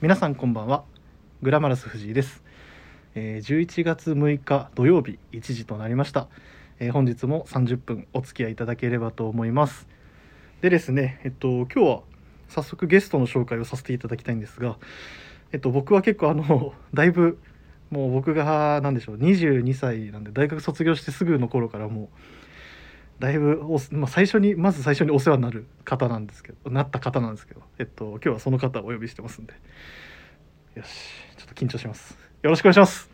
皆さんこんばんはグラマラス藤井です、えー、11月6日土曜日1時となりました、えー本日も30分お付き合いいただければと思いますでですねえっと今日は早速ゲストの紹介をさせていただきたいんですがえっと僕は結構あの だいぶもう僕が何でしょう22歳なんで大学卒業してすぐの頃からもうだいぶお、まあ、最初にまず最初にお世話になる方なんですけどなった方なんですけど、えっと、今日はその方をお呼びしてますんでよしちょっと緊張しますよろしくお願いします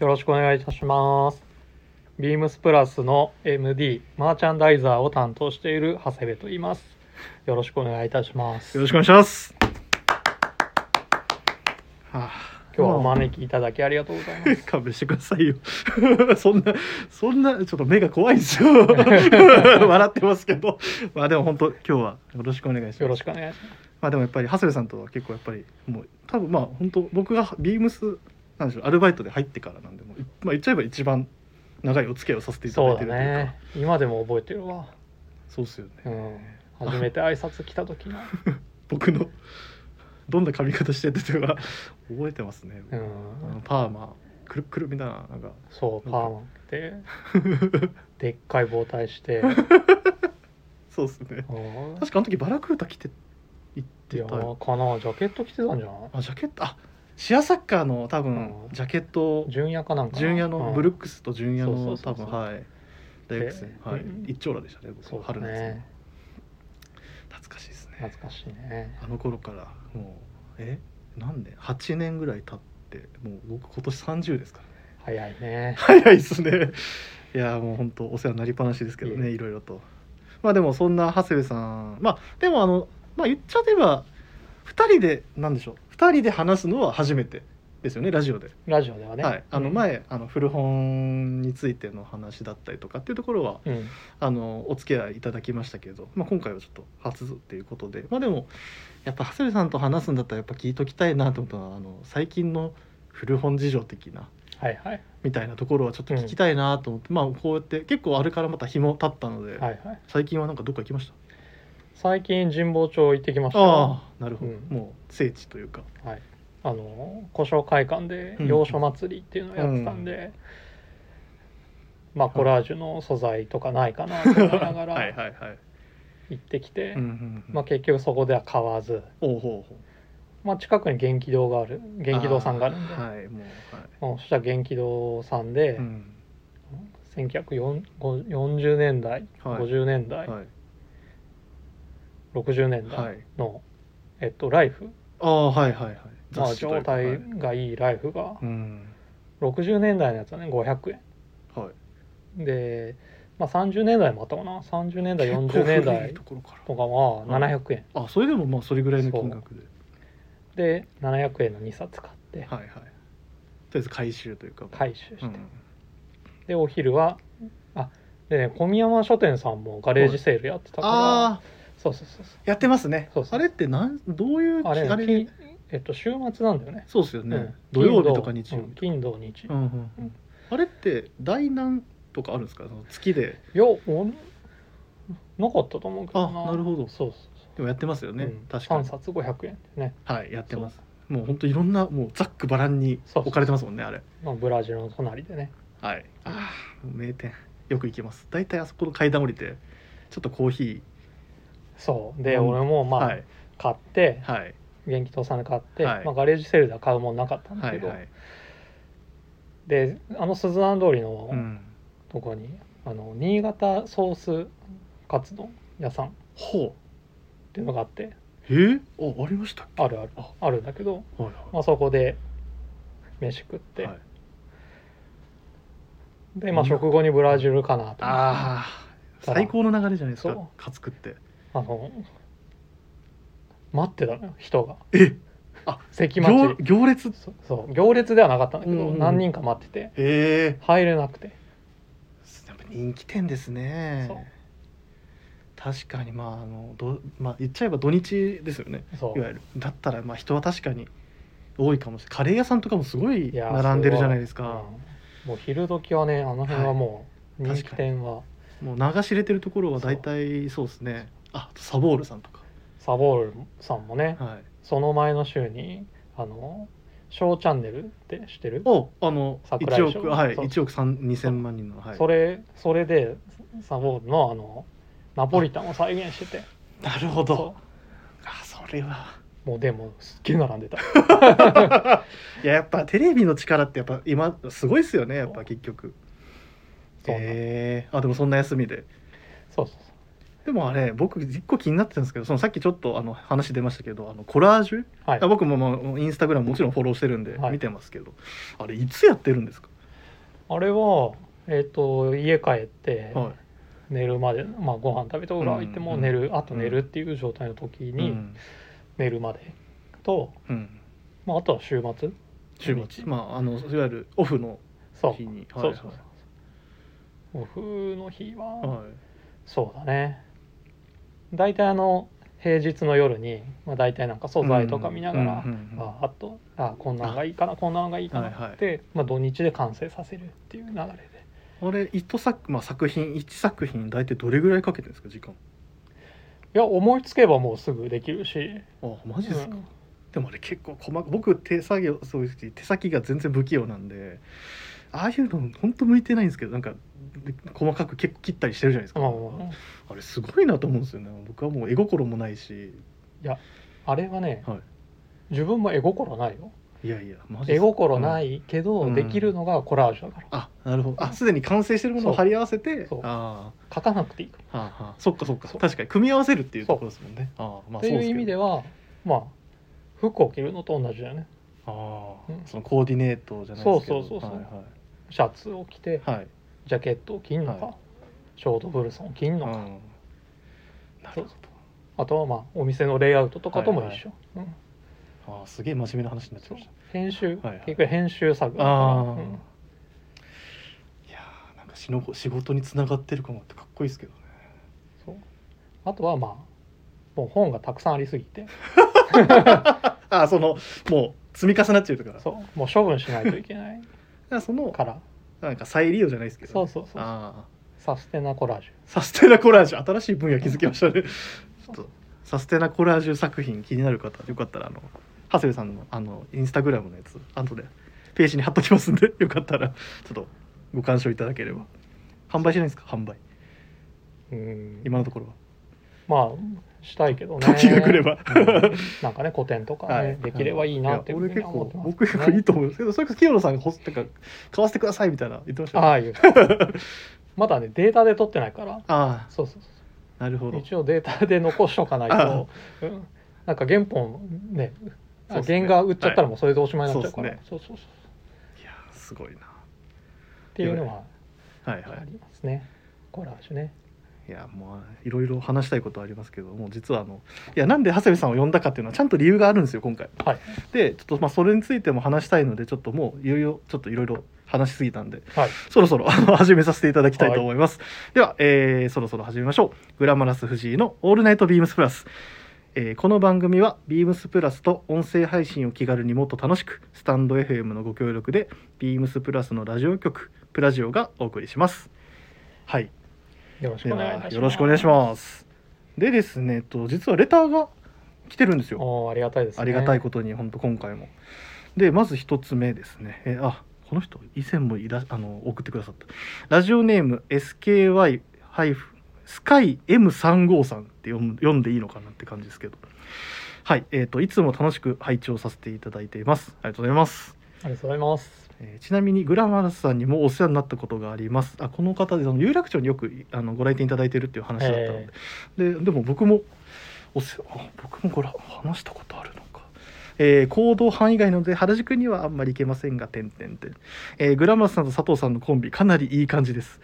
よろしくお願いいたします。ビームスプラスの MD マーチャンダイザーを担当している長谷部と言います。よろしくお願いいたします。よろ今しくお願いしますはあ日はお招きいただきありがとうございます。勘弁してくださいよ そんなそんなちょっと目が怖いんです よ笑ってますけどまあでも本当今日は よろしくお願いしますよろしくお願いします。まあでもやっぱり長谷部さんとは結構やっぱりもう多分まあ本当僕がビームスなんでしょうアルバイトで入ってからなんでもう、まあ、言っちゃえば一番長いお付き合いをさせていただそいうてだるというかね。今でも覚えてるわ。そうっすよねうん。初めて挨拶来た時 の。僕のどんな髪型しててとか覚えてますね、うあのん。パーマくるっくるみたいななんかそう、パーマって。でっかい包 帯して。そうっすねうん確かあの時バラクータ着て行っていやたよかなジャケット着てたんじゃないあジャケットあシアサッカーの多分うんジャケット純也かなんかな純也うのんブルックスと純也そのうそ多うそうそ分うはい大学生ではいうん一丁羅でしたね僕そうだね春のやつね懐かしいですね懐かしいねあの頃からもうえ何年8年ぐらい経ってもう僕今年30ですからね早いね早いですねいやもう本当お世話になりっぱなしですけどねいえいろいろとまあでもそんな長谷部さんまあでもあのまあ言っちゃえば2人でなんでしょう2人で話すのは初めてですよねラジオでラジオではねはい、あのうん前、あの古本についての話だったりとかっていうところはうんあのお付き合いいただきましたけど、まあ、今回はちょっと初っていうことで、まあ、でもやっぱ長谷部さんと話すんだったらやっぱ聞いときたいなと思ったのはあの最近の古本事情的なはいはいみたいなところはちょっと聞きたいなと思って、まあこうやって結構あれからまた日も経ったので、はいはい最近はなんかどっか行きました最近神保町行ってきましたよああなるほど、うんもう聖地というかはいあの古書会館でうん洋書祭りっていうのをやってたんで、まあコラージュの素材とかないかなと思いながはいらはいはい、行ってきて、うんうんうんまあ、結局そこでは買わず、おうほうほうまあ、近くに元気堂がある元気堂さんがあるんでーはいもうはい、うんそしたら元気堂さんで、うん1940年代、はい50年代、はい60年は代いの、えっと、ライフああはいはいはいまあ、雑誌とい状うかはい態がいいライフがうん60年代のやつはね500はい円で、まあ、30年代もあったかな30年代40年結構古い代ところかとかは700円らあそれでもまあそれぐらいの金額でで700円の2冊買ってはいはいとりあえず回収というかい回収して、うん、でお昼はあでね小宮山書店さんもガレージセールやってたからああそうそうそうそやってますねそうそうあれってなんどういううあれあれきえっと週末なんだよねそうですよね、うん土曜日とか日曜う日んとか、金土日、うんうんうんあれって大難とかあるんですかその月でいやおんなかったと思うけどなあなるほどそうそうそうでもやってますよね、うん確か3に冊500円でね、はいやってますもう本当いろんなもうざっくばらんにそうそう置かれてますもんねあれまあ、ブラジルの隣でねはい、ああもう名店よく行きます大体あそこの階段降りてちょっとコーヒそうで、うん俺もー、まあ、はい買ってはい元気堂さんで買って、はいまあ、ガレージセールでは買うもんなかったんだはけいど、はいであの鈴蘭通りのうんとこに、あの新潟ソースカツ丼屋さんっほていうのがあってうえー、あありましたっあるあるああるんだけど、けはいまあ、そこで飯食って、はいで、まあ、食後にブラジルかなと思ってああ最高の流れじゃないですそうかカツ食ってあの待ってたのよ人がえ席待行ち行列そうそう行列ではなかったんだけど、うんうん何人か待っててええ入れなくてやっぱ人気店ですそうね確かにまああのど、まあ、言っちゃえば土日ですよねそいわうゆるだったらまあ人は確かに多いかもしれないカレー屋さんとかもすごいいや並んでるじゃないですかうんもう昼時はねあの辺はもうはい人気店はもう流し入れてるところは大体そうですねああとサボールさんとかサボールさんもね、はい、その前の週にあの小チャンネルって知ってる、をあの桜1井翔億はいそう1億3 2000万人のはいそれそれでサボールのあのナポリタンを再現しててなるほどそあそれはうもうでもすっげえ並んでたいややっぱテレビの力ってやっぱ今すごいですよねやっぱ結局そうなのえー、あでもそんな休みでそうそうそでもあれ僕一個気になってたんですけどそのさっきちょっとあの話出ましたけどあのコラージュ、うはいあ僕も、まあ、インスタグラムもちろんフォローしてるんではい見てますけど、あれいつやってるんですか、あれはえっ、と家帰っては寝るまで、まあご飯食べてお風呂入っても寝る、うんあと寝るっていう状態の時いにうん寝るまでと、うん、まあ、あとは週末週末まああのいわゆるオフのそう日にそうそうそうオフの日は、はいそうだね大体あの平日の夜に、まあ、大体なんか素材とか見ながら、うんうんうんうんああとあこんなのがいいかなこんなのがいいかなはいはいって、まあ、土日で完成させるっていう流れであれ一作、まあ、作品一作品大体どれぐらいかけてるんですか時間いや思いつけばもうすぐできるしあマジですか、うんでもあれ結構細か僕手作業そうですし手先が全然不器用なんでああいうの本当向いてないんですけどなんかで細かく結構切ったりしてるじゃないですか、まあまあまああれすごいなと思うんですよね僕はもう絵心もないし、あれはねは自分も絵心ないよい、いやいやマジ、絵心ないいけど、うんできるのがコラージュだからうんあなるほどあすでに完成してるものを貼り合わせてそうあ描かなくていいかあはあ、はあ、そっかそっかそう確かに組み合わせるっていうところですもんねああまらあってそうでいうす意け味どではまあ服を着るのと同じだよねああ、うんそのコーディネートじゃないですけどそうそうそうそうはいはいシャツを着てはい。ジャケットを着んのか、はいショートブルソンを着んうのか、ん。なるほあとはまあお店のレイアウトとかとも一緒、うんど。ああ、すげえ真面目な話になっちゃそういました。編集、はいはい結局編集作だから、ああ、ういんやー、なんかしの仕事につながってるかもってかっこいいですけどね。そうあとはまあもう本がたくさんありすぎてああ、そのもう積み重なっちゃうとから。そうもう処分しないといけないそそのからなんか再利用じゃないですけど、そうそうそうああ、サステナコラージサステナコラージュ新しい分野気づきましたね。ちょュっとサステナコラージュ作品気になる方よかったらあの長谷部さんのあのインスタグラムのやつ後でページに貼っときますんでよかったらちょっとご鑑賞いただければ販売しないんですか販売うん今のところはまあしたいけどね時が来ればうんなんかね古典とかね、はいできればいいなってやいうふう俺に結は思っ構てます僕結けど構いねいと思うんですけどそれこそ清野さんがホスってか買わせてくださいみたいな言ってましたよあねあいう まだねデータで取ってないからあそうそうそうあなるほど一応データで残しとかないと、うん、なんか原本ねそうっすね原画売っちゃったらもうそれでおしまいになっちゃうから、はいそうそうそういやーすごいなっていうのははいはあいりますね、コラージュねいやもういろいろ話したいことありますけどもう実はあのいやなんで長谷部さんを呼んだかっていうのはちゃんと理由があるんですよ今回はいでちょっとまあそれについても話したいのでちょっともういよいよちょっといろいろ話しすぎたんではいそろそろ 始めさせていただきたいと思います、では、えーそろそろ始めましょうグラマラス藤井の「オールナイトビームスプラス」えーこの番組はビームスプラスと音声配信を気軽にもっと楽しくスタンド FM のご協力でビームスプラスのラジオ局プラジオがお送りしますはいよろしでくお願いいたはしますよろしくお願いしますでですねえっと実はレターが来てるんですよおーありがたいですねありがたいことに本当今回も。でまず一つ目ですね。えあこの人以前もいらあの送ってくださったラジオネーム SKY ハイフスカイ M35 さんって読む読んでいいのかなって感じですけど。はいえっ、といつも楽しく拝聴させていただいています。ありがとうございます。ありがとうございますえーちなみにグラマラスさんにもお世話になったことがありますあこの方であの有楽町によくあのご来店いただいてるっていう話だったので、ででも僕もお世話あ僕もこれ話したことあるのか、えー行動範囲外なので原宿にはあんまり行けませんが点々点、えーグラマラスさんと佐藤さんのコンビかなりいい感じです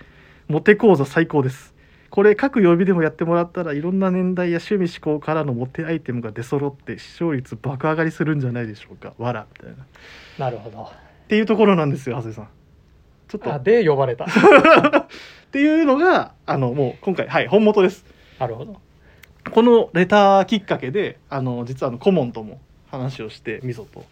モテ講座最高ですこれ各曜日でもやってもらったらいろんな年代や趣味思考からのモテアイテムが出揃って視聴率爆上がりするんじゃないでしょうかわらみたいななるほどっていうところなんですよ長谷さんちょっとあっで呼ばれたていうのがあのもう今回はい本元ですなるほどこのレターきっかけであの実はあの顧問とも話をしてみそと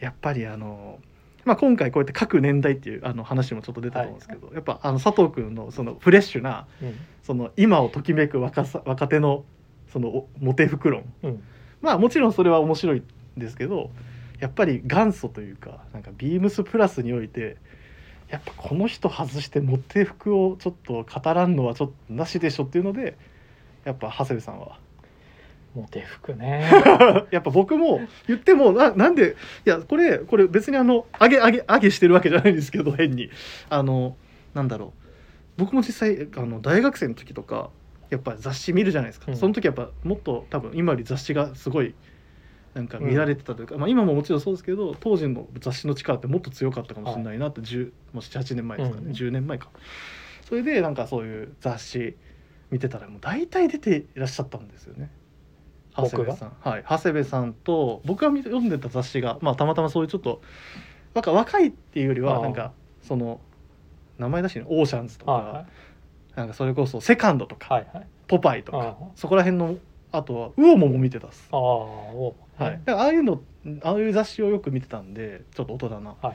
やっぱりあの、まあ、今回こうやって各年代っていうあの話もちょっと出たと思うんですけど、やっぱあの佐藤君のそのフレッシュなうんその今をときめく若さ若手のそのおモテ袋論うんまあもちろんそれは面白いんですけどやっぱり元祖というかなんかビームスプラスにおいてやっぱこの人外してモテ服をちょっと語らんのはちょっとなしでしょっていうのでやっぱ長谷部さんはモテ服 ねやっぱ僕も言ってもななんでいやこれこれ別にあの上げ上げ上げしてるわけじゃないんですけど変にあのなんだろう僕も実際あの大学生の時とかやっぱ雑誌見るじゃないですか、うんその時やっぱもっと多分今より雑誌がすごいなんか見られてたというか、まあ、今ももちろんそうですけど当時の雑誌の力ってもっと強かったかもしれないなって、10もう78年前ですかね、うん10年前かそれでなんかそういう雑誌見てたらもう大体出ていらっしゃったんですよね長谷部僕がさんはい長谷部さんと僕が見読んでた雑誌が、まあ、たまたまそういうちょっとなんか若いっていうよりあはあなんかその名前出してねオーシャンズとか、はなんかそれこそ「セカンド」といか、はいはいはい「ポパイ」とあか、あそこら辺のあとは「ウオモ」も見てたっす、ああおうはい、だからああいうのああいう雑誌をよく見てたんでちょっと大人な、まはあい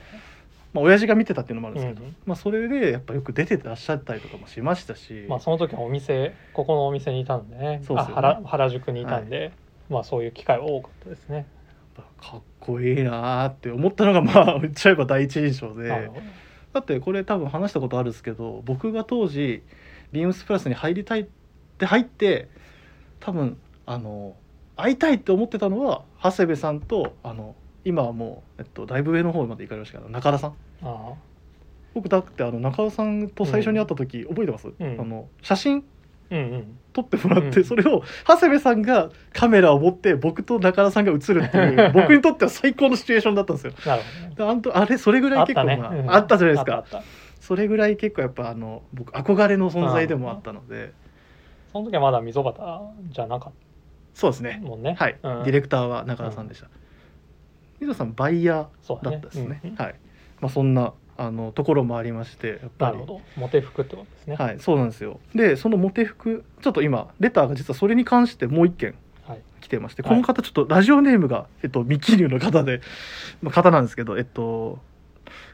親父が見てたっていうのもあるんですけど、うんまあ、それでやっぱよく出てらっしゃったりとかもしましたし、まあその時はお店ここのお店にいたんでねそうっすよねあ原原宿にいたんで、まあそういう機会は多かったですね、やっぱかっこいいなーって思ったのがまあ言っちゃえば第一印象で。あのだってこれ多分話したことあるんですけど僕が当時ビームスプラスに入りたいって入って多分あの会いたいって思ってたのは長谷部さんとあの今はもう、えっと、だいぶ上の方まで行かれましたけど中田さんあ僕だってあの中田さんと最初に会った時、覚えてます、んあの写真うんうん撮ってもらって、うんそれを長谷部さんがカメラを持って僕と中田さんが写るっていう 僕にとっては最高のシチュエーションだったんですよ。なるほどねであんとあれそれぐらあいっ結た構ね、まあうんあったじゃないですかあったあったそれぐらい結構やっぱあの僕憧れの存在でもあったのでその時はまだ溝端じゃなかっそうですたねもんねはい、うんディレクターは中田さんでした、水戸さんバイヤそうーだだったねですねうんはい、まあ、そんなあのところもありましてやっぱなりるほどモテ服ってことですねはいそうなんですよでそのモテ服ちょっと今レターが実はそれに関してもう一件はい来てまして、はいこの方ちょっとラジオネームが、えっと、未記入の方で、まあ、方なんですけど、えっと、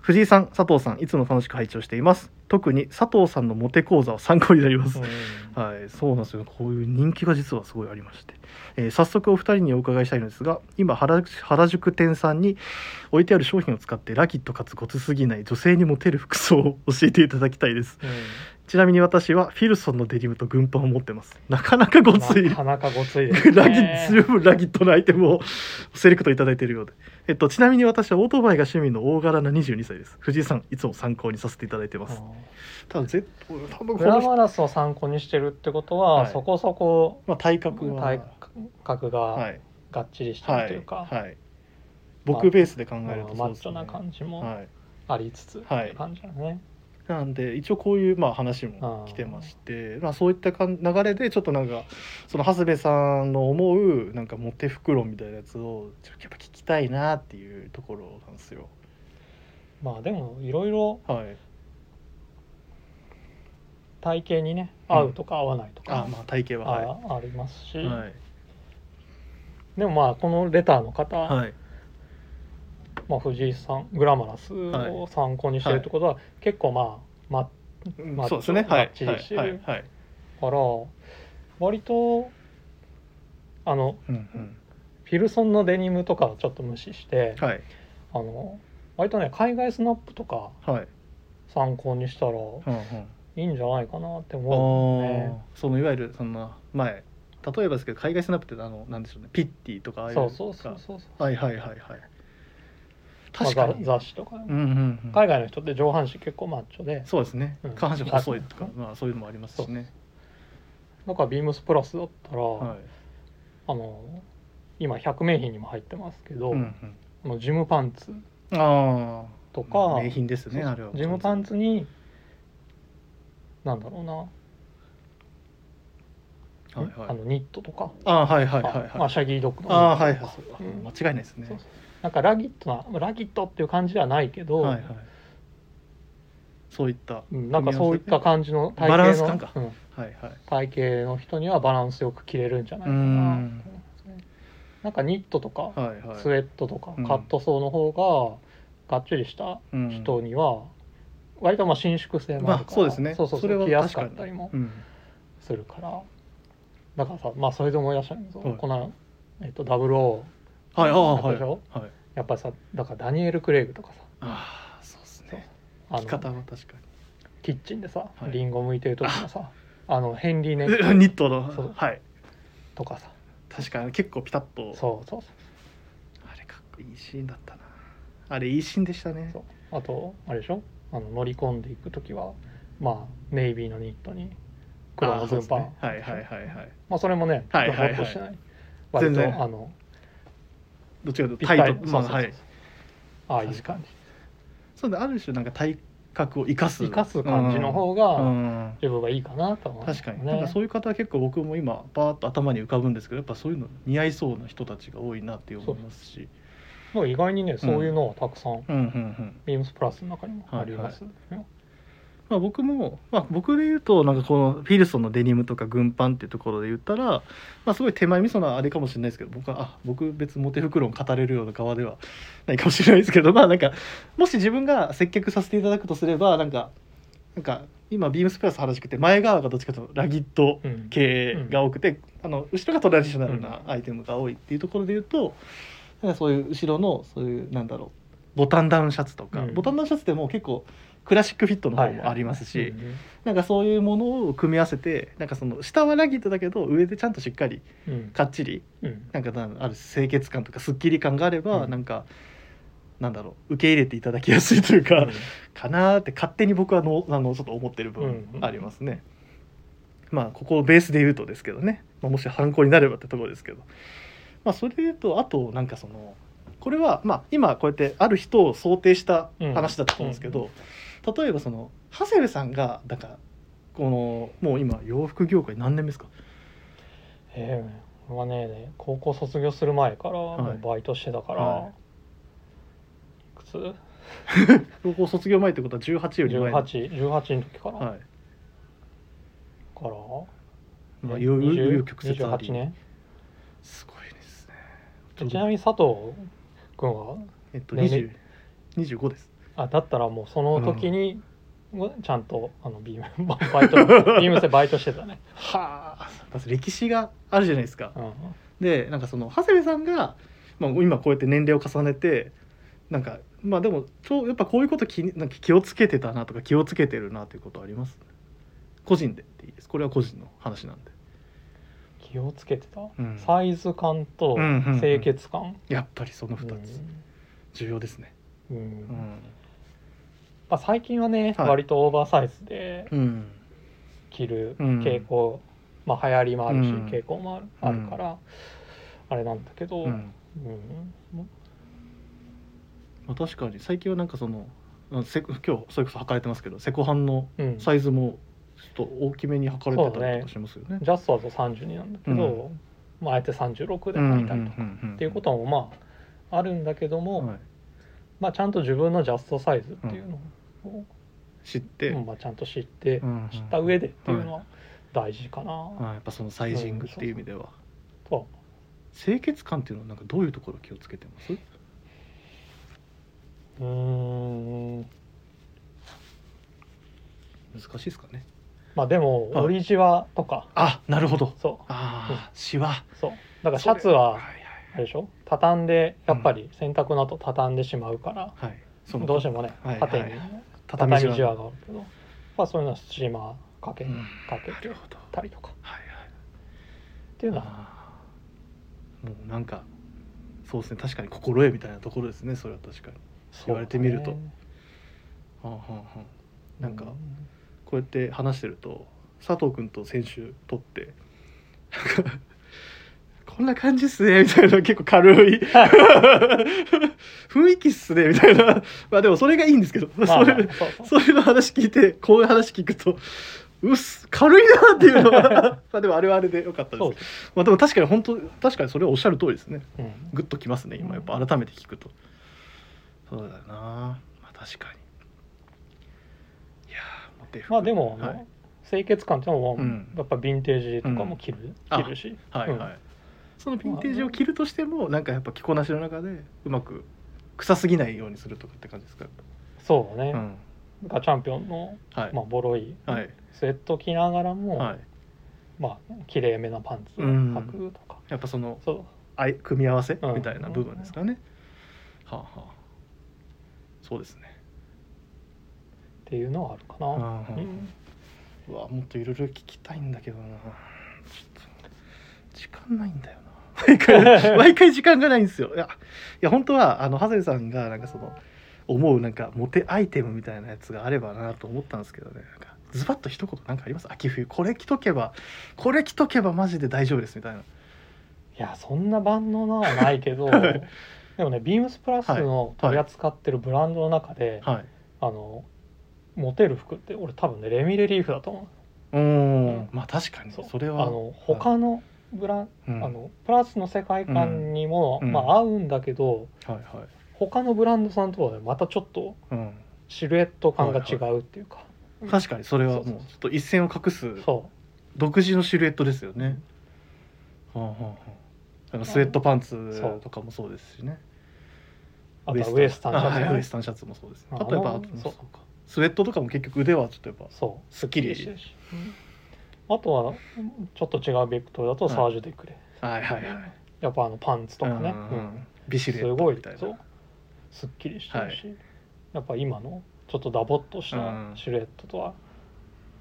藤井さん佐藤さんいつも楽しく拝聴しています特に佐藤さんのモテ講座は参考になりますうんはい、そうなんですよこういう人気が実はすごいありまして、えー早速お二人にお伺いしたいのですが今原原宿店さんに置いてある商品を使ってラキッドかつごつすぎない女性にモテる服装を教えていただきたいですちなみに私はフィルソンのデニムと軍パンを持ってますなかなかごつうんいなかなかごついですね ラギ十分ラギットのアイテムをセレクトいただいているようで、えっと、ちなみに私はオートバイが趣味の大柄な22歳です藤井さんいつも参考にさせていただいてますただぜ多分うこんグラの人、マラスを参考にしてるってことは、はいそこそこまあ、体格は体格はがいがっちりしてはるというい、か、はい、僕ベースで考えるとうんそマうッですチねョな感じもはい、ありつつ、はいって感じだね。なんで一応こういうまあ話も来てましてまあ、そういったかん流れでちょっとなんかその長谷部さんの思うなんかモテ袋みたいなやつをちょっとやっぱ聞きたいなっていうところなんですよ。まあでもいろいろはい、体型にねうん合うとか合わないとか、あまあ体型ははあありますし、い、はいでもまあこのレターの方、はい、まあ、藤井さんグラマラスを参考にしてるってことは、結構まあまうんまあそうですねはいちょはっとばっちりしいてるはいはいから割とあのうんフィルソンのデニムとかはちょっと無視して、うんはいあの割とね海外スナップとかはい参考にしたらうんうんいいんじゃないかなってあ思うーね。そのいわゆるその前例えばですけど海外スナップってあのなんでしょうねピッティとかああいうそうそうそうそうそう。はいはいはいはいまあ確かに、雑雑誌とか、うんうんうん海外の人って上半身結構マッチョでそうですねうん下半身細いとか雑、まあ、そういうのもありますしねだからビームスプラスだったら、はいあの今百名品にも入ってますけど、うんあのジムパンツうん、ああとか、名品ですねあれはジムパンツになんだろうな、はいあはいのニットとか、あーはいはいはいあまあ、はいシャギードッグのニああッーはいトとはかいうん間違いないですねそうなんかラギットなまあラギットっていう感じではないけど、はいはいそういったはうんなんかそういった感じの体型のバランス感かうんいはい体型の人にはバランスよく着れるんじゃないかなと思いますねなんかニットとか、はいはいスウェットとかうんカットソーの方ががっちりしたうん人には割とまあ伸縮性もあまるから、あそうですねそうそうそうれは着やす確かかったりにもうんするからだからさまあそれで思い出したんだけど、はいこの、えっと、00はいああやったはいでしょはいやっぱさだからダニエル・クレイグとかさああそうですねあ生き方のは確かキッチンでさはいリンゴ剥いてる時のさあのヘンリー・ネッに ニットのそうはいとかさ確かに結構ピタッとそうそうそあれかっこいいシーンだったなあれいいシーンでしたねうそうあとあれでしょあの乗り込んでいく時はまあネイビーのニットに黒あのーそうズですンパン、ねはいはいはいはいまあそれもねはいはいはいドロッとしてない割全然とあのどっちかというぴとったタりイトまあはいああいう感じそうだある種なんか体格を生かす生かす感じの方うがん自分がいいかなと思う、ね、確かに、なんかそういう方は結構僕も今バーッと頭に浮かぶんですけどやっぱそういうの似合いそうな人たちが多いなって思いますしまあ意外にねそういうのはたくさん、うんうんうんビームスプラスの中にもありますよ、まあ、僕も、まあ、僕で言うとなんかこのフィルソンのデニムとか軍パンっていうところで言ったら、まあ、すごい手前味噌なあれかもしれないですけど僕はあ僕別にモテ袋を語れるような側ではないかもしれないですけど まあなんかもし自分が接客させていただくとすればなんかなんか今ビームスプラス原宿って前側がどっちかというとラギットうん系が多くて、あの後ろがトラディショナルなうアイテムが多いっていうところで言うと、なんかそういう後ろのそういうなんだろうボタンダウンシャツとか、うんボタンダウンシャツってもう結構クラシックフィットの方もありますし、うんなんかそういうものを組み合わせてなんかその下はラギットだけど上でちゃんとしっかりうんかっちりうんなんかなんある清潔感とかすっきり感があれば、うんなんかなんだろう受け入れていただきやすいというか、かなーって勝手に僕はのあのちょっと思ってる部分うんありますね。まあここをベースで言うとですけどね、まあ、もし参考になればってところですけど、まあ、それで言うとあとなんかそのこれはまあ今こうやってある人を想定した話だったと思うんですけど、例えばその長谷部さんがだからこのもう今洋服業界何年目ですかええまあね高校卒業する前かいらもうバイトしてたから、はいい、くつ高校卒業前ってことは18より前の、 1818の時から、はからいまあ、えよ20よ曲折あり28年すごいですねちなみに佐藤君はえっと年20齢25ですあだったらもうその時に、ちゃんとあのビームバ イトビームスでバイトしてたね、はあまず歴史があるじゃないですかう。ん、でなんかその長谷部さんが、まあ、今こうやって年齢を重ねてなんかまあでもちょやっぱこういうこと気になんか気をつけてたなとか気をつけてるなということあります個人でっていいですこれは個人の話なんで気をつけてた、んサイズ感とうんうんうん清潔感、やっぱりその2つうん重要ですね。うんうんまあ、最近はね、はい割とオーバーサイズでうん着るうん傾向、まあ流行りもあるし、うん傾向もあるうんあるから、あれなんだけど、ううんんまあ、確かに最近はなんかそのあセ今日それこそ履かれてますけどセコハンのうんサイズもちょっと大きめに履かれてたりとかしますよね。ジャストだと32なんだけど、まあ、あえて36でうんうん履いたりとか、んんっていうこともまああるんだけども、はいまあ、ちゃんと自分のジャストサイズっていうのを、知って、うんまあ、ちゃんと知って、うんうん知った上でっていうのは大事かな、あやっぱそのサイジングっていう意味では、とは思う清潔感っていうのはなんかどういうところ気をつけてますうーん難しいですかねまあでもはい折りじわとかあなるほどそああシワうそうだからシャツはいははあれでしょ畳んでやっぱり洗濯の後畳んでしまうから、いはいそのどうしてもねはい縦はにい畳畳じじわわがあるけど、まあ、そういうのはスチーマーかけうんかけなてるほどたりとかはいっていうはいのはあーもうなんかそうですね確かに心得みたいなところですねそれは確かに言われてみるとそうだねはんはんはんなんかこうやって話してると佐藤君と先週撮ってなんかこんな感じっすねみたいな結構軽い雰囲気っすねみたいなまあでもそれがいいんですけど、まあま あそれそうそそうういうの話聞いてこういう話聞くとうっす軽いなっていうの はまあでもあれはあれでよかったでそうすですまあでも確かに本当確かにそれはおっしゃる通りですねうんグッときますね今やっぱ改めて聞くとそうだよなまあ確かにいやーモテ服まあでも、あのはい清潔感ってのも、うんやっぱヴィンテージとかも着る、あ着るし、はいうんはい、そのヴィンテージを着るとしてもなんかやっぱ着こなしの中でうまく臭すぎないようにするとかって感じですか、そうだうね、ん、だからチャンピオンの、はい、まあ、ボロいはいスウェット着ながらも、はいまあ綺麗めなパンツをうん履くとか、やっぱそのそうあい組み合わせうんみたいな部分ですかね、はあはあそうですねっていうのはあるかな、うんうんうんうわもっといろいろ聞きたいんだけどなちょっと時間ないんだよな毎回毎回時間がないんですよいやいや本当はあの長谷さんがなんかその思うなんかモテアイテムみたいなやつがあればなと思ったんですけどねなんかズバッと一言なんかあります秋冬これ着とけばこれ着とけばマジで大丈夫ですみたいないやそんな万能なのはないけ どはいでもねビームスプラスの取り扱ってるブランドの中で、はいあのモテる服って俺多分ねレミレリーフだと思うーん、うんまあ確かにうそれはあの他のブラン、うんあのプラスの世界観にも、うんまあ合うんだけどはいはい他のブランドさんとはねまたちょっとうん、シルエット感が違うっていうか、確かにそれはもそうちょうそうそうっと一線を隠すそ独自のシルエットですよね。はあはあはあ、あのスウェットパンツそうとかもそうですしね。うあとはウエスタンシャツあねはいウエスタンシャツもそうです、ね。ああとやっぱああのとそうそかスウェットとかも結局腕はちょっとやっぱそうすっきりしてるしうんあとはちょっと違うベクトルだとはいサージュデクレ、はいはいはい。やっぱあのパンツとかね、うんうんビシルエすッごトいみたいな。そうすっきりしてるし、やっぱ今のちょっとダボっとしうたんシルエットとは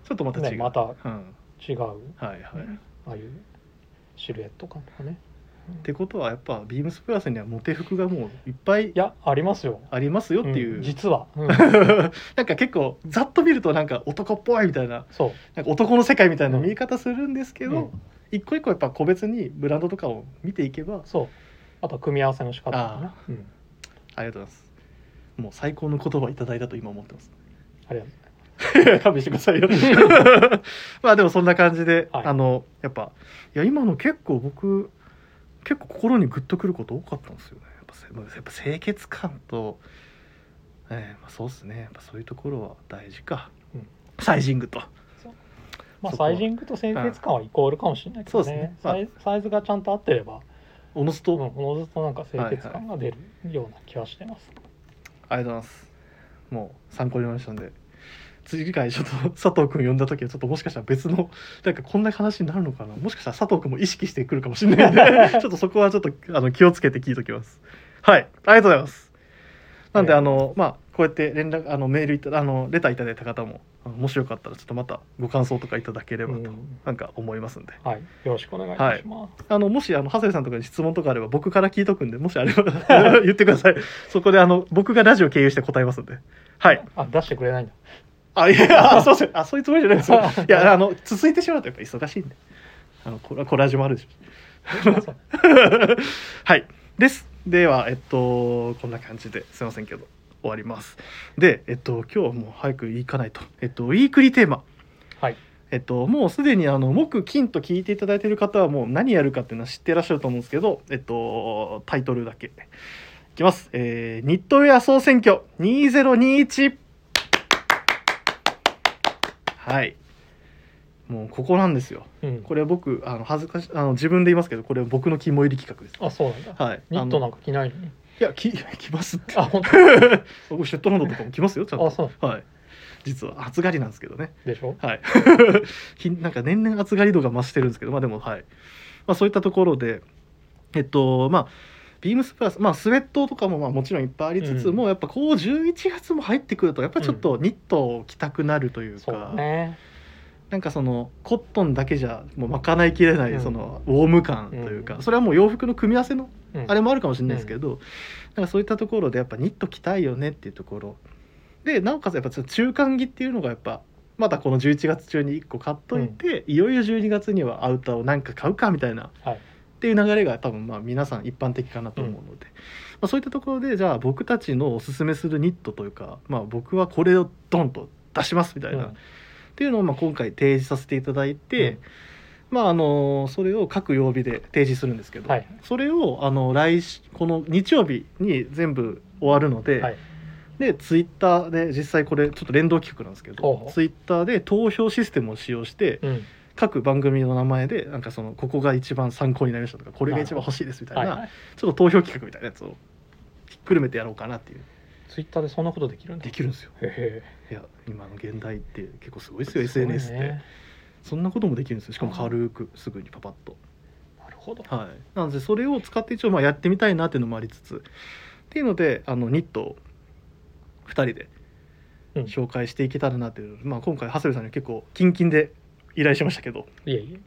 ちょっとまた違う。ねまたうん違う、はいはい。っああいうシルエット感とかねてことはやっぱビームスプラスにはモテ服がもういっぱいいやありますよありますよっていう。うん実は、うん なんか結構ざっと見るとなんか男っぽいみたいなそうなんか男の世界みたいな見え方するんですけど、うん一個一個やっぱ個別にブランドとかを見ていけばそうあとは組み合わせの仕方とかねうん ありがとうございますもう最高の言葉をいただいたと今思ってますありがとう勘弁してくださ いよまあでもそんな感じで、はいあのやっぱいや今の結構僕結構心にグッとくること多かったんですよねやっぱせやっぱ清潔感と、えーまあ、そうですねやっぱそういうところは大事か、うんサイジングとまあそこはサイジングと清潔感はイコールかもしれないけどそうですねねまあサイサイズがちゃんと合ってればおのずうと、んおのずとなんか清潔感が出るような気はしてます、ありがとうございます。もう参考になりましたんで、次回ちょっと佐藤君呼んだ時はちょっともしかしたら別のなんかこんな話になるのかな。もしかしたら佐藤君も意識してくるかもしれないん で、ちょっとそこはちょっとあの気をつけて聞いときます。はい、ありがとうございます。なんではあいのまあこうやって連絡あのメールいたあのレターいただいた方もあのもしよかったらちょっとまたご感想とかいただければと、うんなんか思いますんで。はいよろしくお願いいたします、あのもしあの長谷さんとかに質問とかあれば僕から聞いとくんでもしあれば 言ってくださいそこであの僕がラジオ経由して答えますんではいあ出してくれな いんだあい やあそうですあそういうつもりじゃない ですよいやあの続いてしまうとやっぱ忙しいんであのコラコラージュもあるでしょ はいですではえっとこんな感じですいませんけど終わりますでえっと今日はもう早く行かないとえっとウィークリーテーマはいえっと、もうすでにあの木金と聞いていただいている方はもう何やるかっていうのは知ってらっしゃると思うんですけど、えっと、タイトルだけいきます、えーニットウェア総選挙2021はいもうここなんですようんこれ僕あの恥ずかしあの自分で言いますけどこれ僕の肝入り企画ですあそうなんだはいニットあのなんか着ないのにいやき 来ますってあ本僕シェットランドとかも来ますよちゃん当あとそうはい実は暑がりなんですけどねでしょはい、 ひなんか年々暑がり度が増してるんですけど、まあ、でも、はいまあ、そういったところで、えっとまあ、ビームスプラス、まあ、スウェットとかもまあもちろんいっぱいありつつ、うんもうやっぱこう11月も入ってくるとやっぱりちょっとニットを着たくなるというそうか、だねなんかそのコットンだけじゃもう賄いきれなういんそのウォーム感というか、うんそれはもう洋服の組み合わせのうんあれもあるかもしれないですけど、なんかそういったところでやっぱニット着たいよねっていうところでなおかつやっぱちょっと中間着っていうのがやっぱまだこの11月中に1個買っといて、いよいよ12月にはアウターをなんか買うかみたいな、はいっていう流れが多分まあ皆さん一般的かなと思うので、まあ、そういったところでじゃあ僕たちのおすすめするニットというか、まあ、僕はこれをドンと出しますみたいな、うんっていうのをまあ今回提示させていただいて、うんまああのそれを各曜日で提示するんですけど、はいそれをあの来しこの日曜日に全部終わるので、はいでツイッターで実際これちょっと連動企画なんですけほうほどうツイッターで投票システムを使用してうん各番組の名前でなんかそのここが一番参考になりましたとかこれが一番欲しいですみたいはいな、はいちょっと投票企画みたいなやつをひっくるめてやろうかなっていうツイッターでそんなことできるんだできるんですよへいや今の現代って結構すごいえですよ SNS って。そんなこともできるんですよしかも軽くすぐにパパッと。なるほど。はい、なのでそれを使って一応まあやってみたいなっていうのもありつつっていうのであのニットを2人でうん紹介していけたらなという、まあ、今回長谷部さんには結構キンキンで依頼しましたけどいえいえ。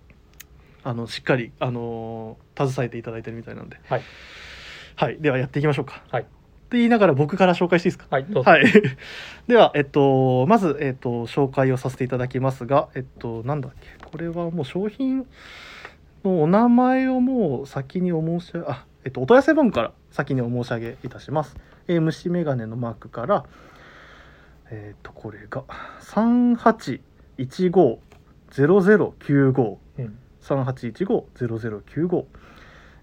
あのしっかり、あのー携えていただいてるみたいなんで、はいはい、ではやっていきましょうか。はいって言いながら僕から紹介していいですかはい、どうぞ。はい、 では、えっと、まず、えっと、紹介をさせていただきますが、えっと、なんだっけこれはもう商品のお名前をもう先にお申し上げあ、えっと、お問い合わせ本から先にお申し上げいたします。えー虫眼鏡のマークから、えっと、これが38150095。うん。 3815-0095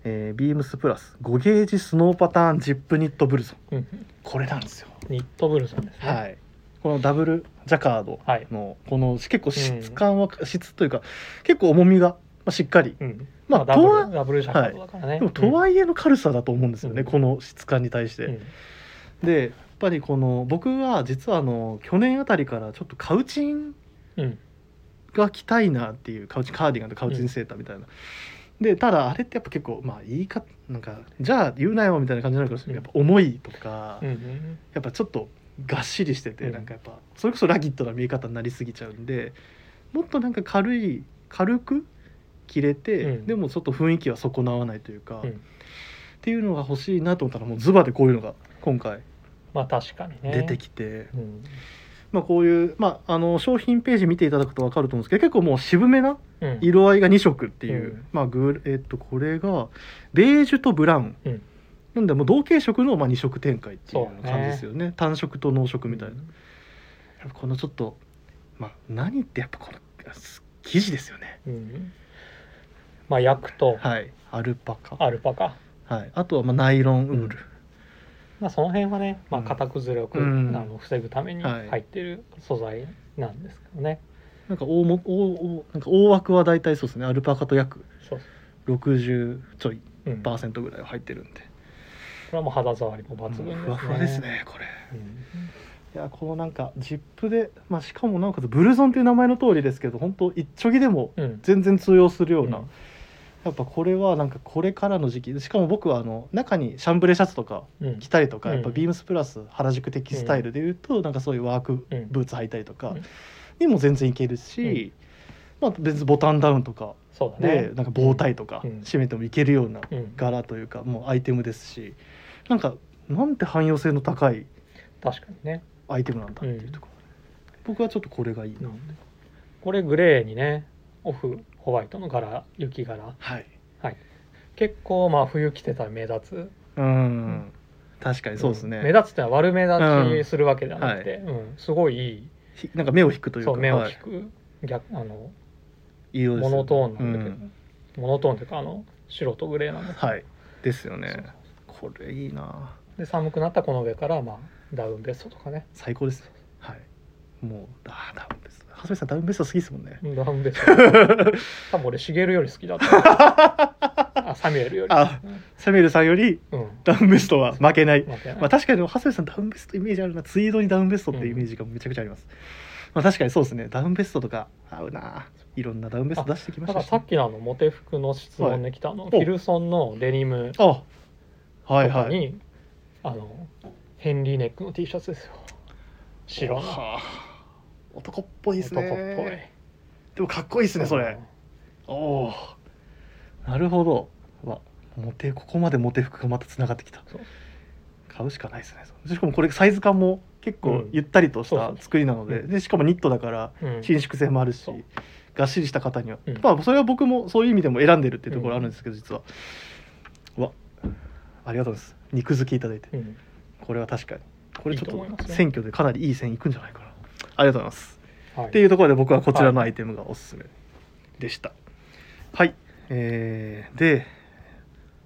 えー、ビームスプラス5ゲージスノーパターンジップニットブルゾンうん。これなんですよニットブルさんですね。はい、このダブルジャカードはい。のこの結構うん質感は、質というか結構重みが、まあ、しっかりうん。まあダとブはル、ダブルシャカートだからね。でもとはいえの軽さだと思うんですよね、うんこの質感に対して、うんでやっぱりこの僕は実はあの去年あたりからちょっとカウチンうん。が着たいなっていうカウチカーディガンとカウチンセーターみたいな、でただあれってやっぱ結構まあ言い方なんかじゃあ言うなよみたいな感じになるかもしれないけど、やっぱ重いとか、うん。うん。やっぱちょっとがっしりしてて、うんなんかやっぱそれこそラギットな見え方になりすぎちゃうんでもっとなんか軽い軽く着れて、うんでもちょっと雰囲気は損なわないというか、うんっていうのが欲しいなと思ったらもうズバでこういうのが今回まあ、確かにね。出てきて、うん。まあ、こういう、まあ、あの商品ページ見ていただくと分かると思うんですけど結構もう渋めなうん。色合いが2色っていう、うんまあグーえっとこれがベージュとブラウン、うんなんでもう同系色のまあ2色展開っていうようなそう感ねじですよね単色と濃色みたいな、うんやっぱこのちょっとまあ何ってやっぱこのす生地ですよねうん。まあ、焼くと、はいアルパカアルパカ。はい、あとはまあナイロンウール、まあ、その辺はね、まあ、うん型崩れをく、うんあの防ぐためにはい入ってる素材なんですけどね。なんか大も大大なんか大枠は大体そうですねアルパカと約そう60ちょいそう。うん。パーこセントぐらいは入ってるんで、れはもう肌触りも抜群もでうすね。ふわふわです。ねこれうん。いやこのなんかジップで、まあ、しかもなおかつブルゾンっていう名前の通りですけど本当一丁ぎでもうん。全然通用するような、うんやっぱこれはなんかこれからの時期しかも僕はあの中にシャンブレシャツとかうん着たりとか、うんやっぱビームスプラス原宿的スタイルでいうと、なんかそういうワークうんブーツ履いたりとかうんにも全然いけるし、まあ別にボタンダウンとかそうだねで。なんか棒タイとかうん締めてもいけるようなうん。柄というかもうアイテムですしなんかなんて汎用性の高い確かにね。アイテムなんだっていうところ、僕はちょっとこれがいいな、これグレーにねオフホワイトの柄雪柄はい結構まあ冬着てたら目立うん、確かにそうですね、つ目立つってのは悪目立うんちするわけではなくて、うんすごいいいひなんか目を引くというかそう目をは引いく、逆あのいい色ですモよねノトーンなんだけど、うんモノトーンというかあの白とグレーなんだけどはいですよそうねこれいいなで寒くなったらこの上から、まあ、ダウンベストと かね最高ですはいもうあーダウンベスト長谷部さんダウンベスト好きですもんねうんダウンベスト多分俺シゲルより好き だったあサミュエルよりあサミュエルさんよりうん、うんダウンベストは負けないまあねまあ確かにでも長谷部さんダウンベストイメージあるなツイードにダウンベストっていうイメージがめちゃくちゃあります、まあ確かにそうですねダウンベストとか合うないろんなダウンベスト出してきましだかたらしさっきのあのモテ服の質問で来たあの、いフィルソンのデニムとあはかいに、はいあのヘンリーネックの T シャツですよ白の男っはあ男っぽいですねぽいでもかっこいいですねそれおおーなるほどうわモテここまでモテ服がまたつながってきたそう買うしかないですねしかもこれサイズ感も結う構んゆったりとしそうそたう作りなので,、うんでしかもニットだからうん伸縮性もあるし、そうがっしりした方には、うんまあそれは僕もそういう意味でも選んでるっていうところあるんですけど、実はうわありがとうございます肉付きいただいてうんこれは確かにこれちょいいと思いっますとね選挙でかなりいい線いくんじゃないかなありがとうございますはいっていうところで僕はこちらのアイテムがおすすめでしたはい、えーで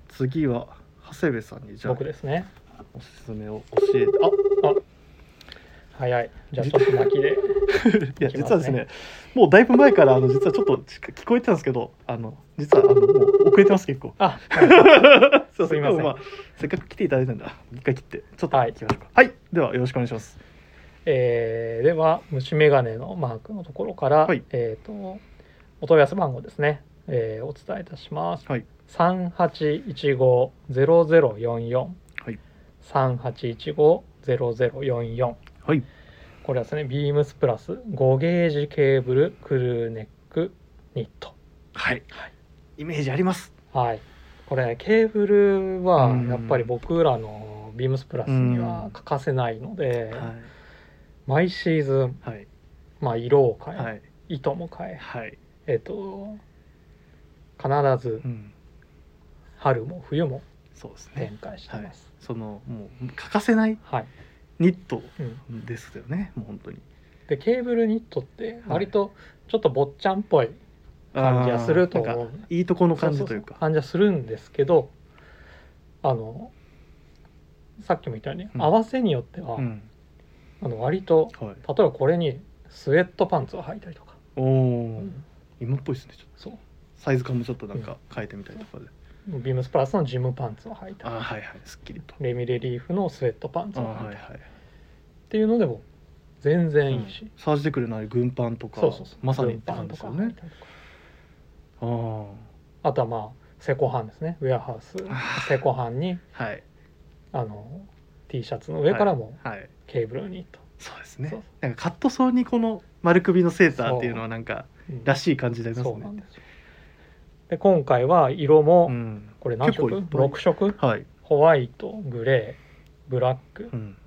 次は長谷部さんにじゃあ僕ですねおすすめを教えてあ早いじゃあちょっと巻きであ いやいきます実ねはですねもうだいぶ前からあの実はちょっと聞こえてたんですけどあの実はあのもう遅れてます結構あ そうすいませんでもあせっかく来ていただいたんだ一回切ってちょっとはい行きましょうかはい、ではよろしくお願いしますえーでは虫眼鏡のマークのところから、はいえーとお問い合わせ番号ですね、えーお伝えいたします。はい三八一五ゼロゼロ四四はい三八一五ゼロゼロ四四はいこれはですね、ビームスプラス5ゲージケーブルクルーネックニット。はいはいイメージありますはい。これ、ケーブルはうんやっぱり僕らのビームスプラスには欠かせないので、は毎シーズン、いはいまあ、色を変え、はい糸も変え、はいえっと、必ずうん春も冬もそうですね展開してます。そのもう欠かせないはい、ニットうん。ですよねもう本当にで、ケーブルニットって割とちょっと坊ちゃんっぽい感じはすると思あーなうんかいいとこの感じというか感じはするんですけどあのさっきも言ったように、うん合わせによっては、うんあの割とはい例えばこれにスウェットパンツを履いたりとか、おお今っぽいですねちょっとそうサイズ感もちょっとなんか変えてみたりとかでビームスプラスのジムパンツを履いあたーりはいはいすっきりとレミレリーフのスウェットパンツあをー履いたはりいっはいていうのでも全然ういんいし、サージでくるない軍パンとかそうそうそうまさにっジムてパ感ンじでとすかよ履いねたりとかあああとはまあセコハンですねウェアハウスあーセコハンにはいあの T シャツの上からもはいケーブルにと、そうですねそうなんかカットソーにこの丸首のセーターっていうのはなんかうんらしい感じになりますそうなんねですよで今回は色も、うんこれ何色結構いっぱい ?6 色はいホワイトグレーブラックうん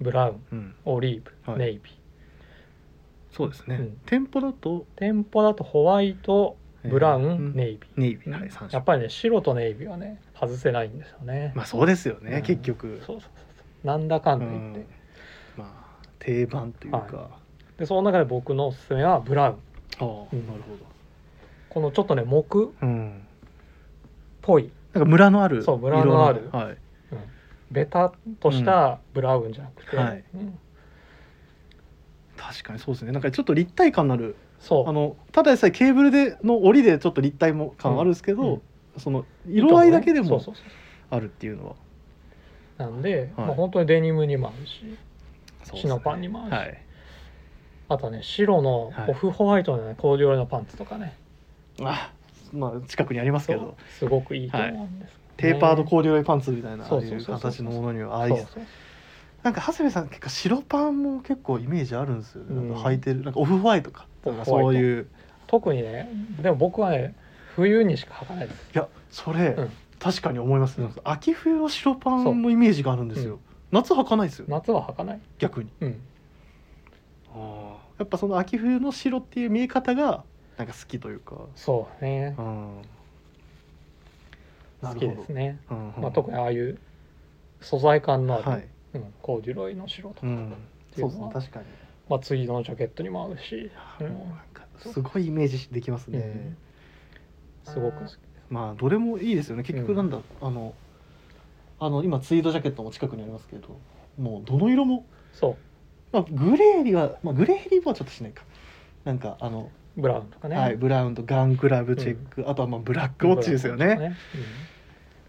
ブラウンうんオリーブ、はいネイビーそうですうねん店舗だと店舗だとホワイトえーブラウン、うんネイビネイビー、ーはい三やっ色ぱりね白とネイビーはね外せないんですよね、まあそうですよね、うん結局そうそうそうそうなんだかんだ言って、うんまあ定番というか、はでその中で僕のおすすめはブラウあンあ、うんなるほどこのちょっとね木っうんぽいなんかムラのあるそうムラのある色はいベタっとしたブラウンじゃなくて、うんはいうん確かにそうですねなんかちょっと立体感のあるそうあのただでさえケーブルでの折りでちょっと立体も感あるんですけど、うんその色合いだけでそもうそうそうあるっていうのはなんで、はいまあ、本当にデニムにも合うしそうですシねノパンにも合うし、はいあとはね白のはいオフホワイトの、ねコーデュロイのパンツとかねあまあ近くにありますけどすごくいいと思うんです、テーパードーコーデュロイパンツみたいなあそあういそううそうそう形のものにはああいそううそうなんか長谷部さん結構白パンも結構イメージあるんですよね、なんうんか履いてるなんかオフホワイトかなんかオフホそワイトういう特にねでも僕はね冬にしか履かないですいやそれ、うん確かに思いますね秋冬の白パンのイメージがあるんですよ、うん夏履かないですよね夏は履かない逆にうんやっぱその秋冬の白っていう見え方がなんか好きというか、そうねうん、好きですね、うんうんまあ、特にああいう素材感のある、はい、うん、コーデュロイの白とか、うん、ていそううのはですね確かに、まあ、ツイードのジャケットにも合うし、うんもうなんかすごいイメージできますうんね、すごく好きまあどれもいいですよね結局なんだ、あのあの今ツイードジャケットも近くにありますけどもうどの色も、そまあ、グレーには、まあ、グレーリーはちょっとしないかなんかあの、うブラウンとかね、はい、ブラウンとガンクラブチェック、あとはまあブラックウォッチですよね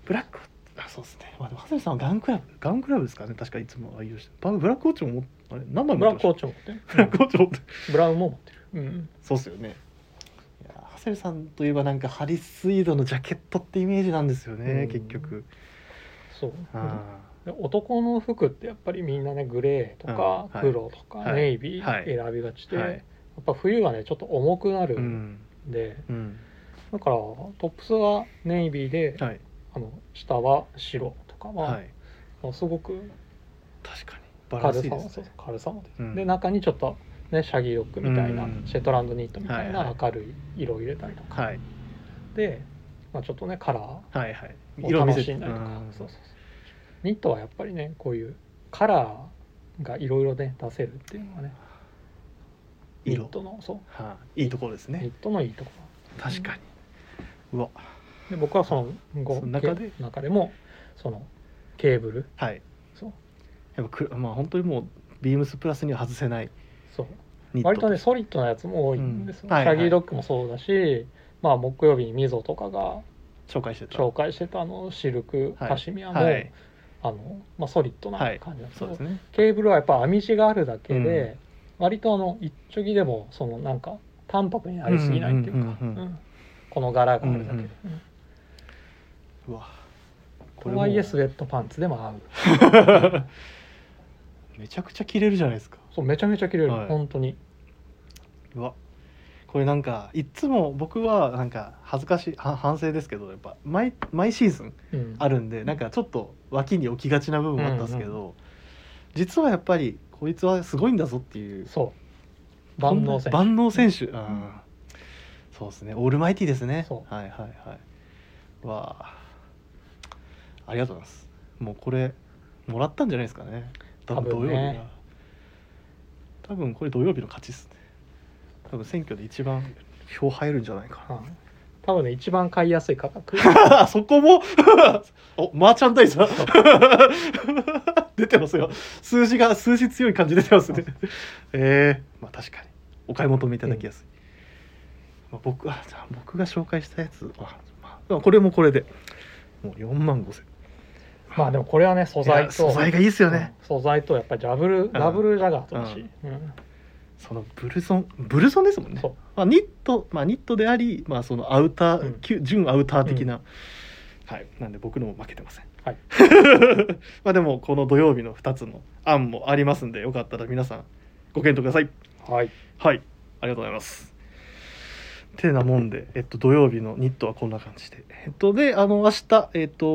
ブラウンとかうんブラックあそうですね。まあでも長谷さんはガンクラブガンクラブですかね。確かいつも愛用してる。バブラックウォッチも持っあれ何枚ブもラ持ッっクてウォまッチも持ってるした。ブラックウォッチ持ってる。ブラウンも持ってる、うん、そうですよね。いや長谷さんといえばなんかハリスイードのジャケットってイメージなんですようねん。結局。そうあで男の服ってやっぱりみんなねグレーとかうんはい黒とかはいネイビはーい選びがちで、はいやっぱ冬はねちょっと重くなあ。うるんんで、うんだからトップスはネイビーで、はいあの下は白とかは、はい。もうすごく確かにバランスいい軽さでも、すそうね。軽さもで,、うんで中にちょっとねシャギーロックみたいな、うんシェットランドニットみたいはいはない明るい色を入れたりとか、はいで、まあ、ちょっとねカラーはいはい。を楽しうんだりとかんそうそうそうニットはやっぱりねこういうカラーがいろいろね出せるっていうのがねニッ色トのそうはいいいところですニッね。トのいいとこ確かに。うわろで僕はそのごその中で中でもそのケーブルはい。そうやっぱくまあ本当にもうビームスプラスには外せないそうニット割とねソリッドなやつも多いんですよ、うんはいはいシャギードッグもそうだしまあ木曜日にみぞとかが紹介してた。紹介してたあのシルク、はいカシミヤも、はいあのまあ、ソリッドなはい感じなんですけそうどですね。ケーブルはやっぱ編み地があるだけで、割とあの一直着でもそのなんか淡泊になりすぎないっていうか、うんうんうんうんうんこの柄があるだけで、うんうわとはいえスウめェットパンツでも合うちゃくちゃ着れるじゃないですかそうめちゃめちゃ着れる、はい本当にうわこれなんかいっつも僕はなんか恥ずかしいは反省ですけどやっぱ毎毎シーズンうんあるんでなんかちょっと脇に置きがちな部分もあったんですけど、実はやっぱりこいつはすごいんだぞっていうそう万能選手万能選手、あーそうですねオールマイティーですねそうはいはいはいわあありがとうございますもうこれもらったんじゃないですかね多分多土曜分日ねが多分これ土曜日の勝ちですね多分選挙で一番票入るんじゃないかうん多分ね一番買いやすい価 格なそこも おマーチャンダイザー 出てますよ数字が数字強い感じ出てます ねええまあ確かにお買い求めいただきやすい、まあ、僕はじゃあ僕が紹介したやつは、まあ、これもこれでもう4万5千まあでもこれはね素材と素材がいいですよね、うん素材とやっぱりダブル、ダブルジャガーとだし、うんそのブルゾンブルゾンですもんねそうまあ、ニットまあニットでありまあそのアウター、うんきゅ純アウター的な、はいなんで僕のも負けてませんはい まあでもこの土曜日の2つの案もありますんでよかったら皆さんご検討くださいはいはい、ありがとうございます。てなもんで、えっと、土曜日のニットはこんな感じで。えっと、で、あの、明日、えっと、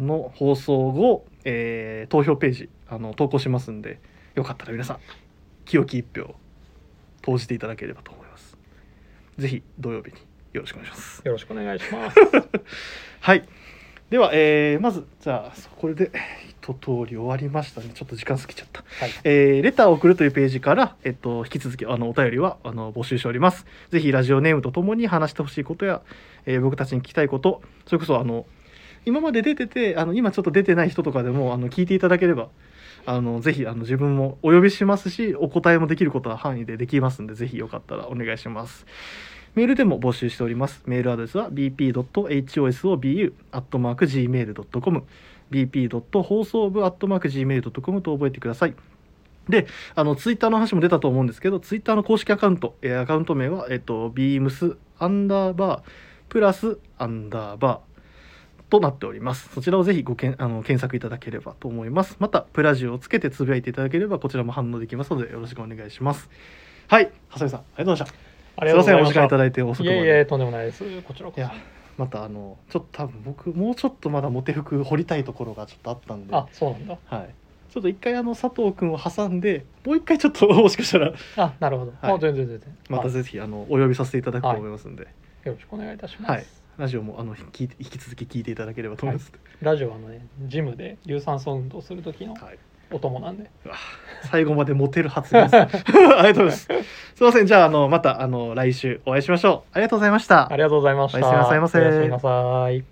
の放送後、えー投票ページ、あの、投稿しますんで、よかったら皆さん、清き一票、投じていただければと思います。ぜひ、土曜日によろしくお願いします。よろしくお願いします。はい。では、えーまず、じゃあ、そこれで一通り終わりましたね。ちょっと時間過ぎちゃった。はいえーレターを送るというページから、えっと、引き続きあのお便りはあの募集しております。ぜひラジオネームとともに話してほしいことや、えー僕たちに聞きたいこと、それこそあの今まで出ててあの今ちょっと出てない人とかでもあの聞いていただければあのぜひあの自分もお呼びしますしお答えもできることは範囲でできますんでぜひよかったらお願いします。メールでも募集しております。メールアドレスは bp.hosobu.gmail.com bp. 放送部 .gmail.com と覚えてください。で、あの、ツイッターの話も出たと思うんですけど、ツイッターの公式アカウント、えーアカウント名は、えっと、beams アンダーバープラスアンダーバー。となっておりますそちらをぜひごけんあの検索いただければと思いますまたプラジオをつけてつぶやいていただければこちらも反応できますのでよろしくお願いしますはい長谷部さんありがとうございましたあすいませんお時間いしただいて遅くいまでえいえ、とんでもないです。こちらこいそや。またあのちょっと多分僕もうちょっとまだモテ服掘りたいところがちょっとあったんであ、そうなんだ。はい、ちょっと一回あの佐藤君を挟んでもう一回ちょっともしかしたらあ、なるほど。はいあ、全然全然。またはいぜひあのお呼びさせていただくと思いますんで、よろしくお願いいたします。はいラジオもあの聞いて引き続き聞いていただければと思います、ラジオはあのね、ジムで有酸素運動する時のはいお供なんで。うわ最後までモテる発言です ありがとうございますすいませんじゃああのまたあの来週お会いしましょうありがとうございましたありがとうございました。おやすみなさいませおやすみなさい。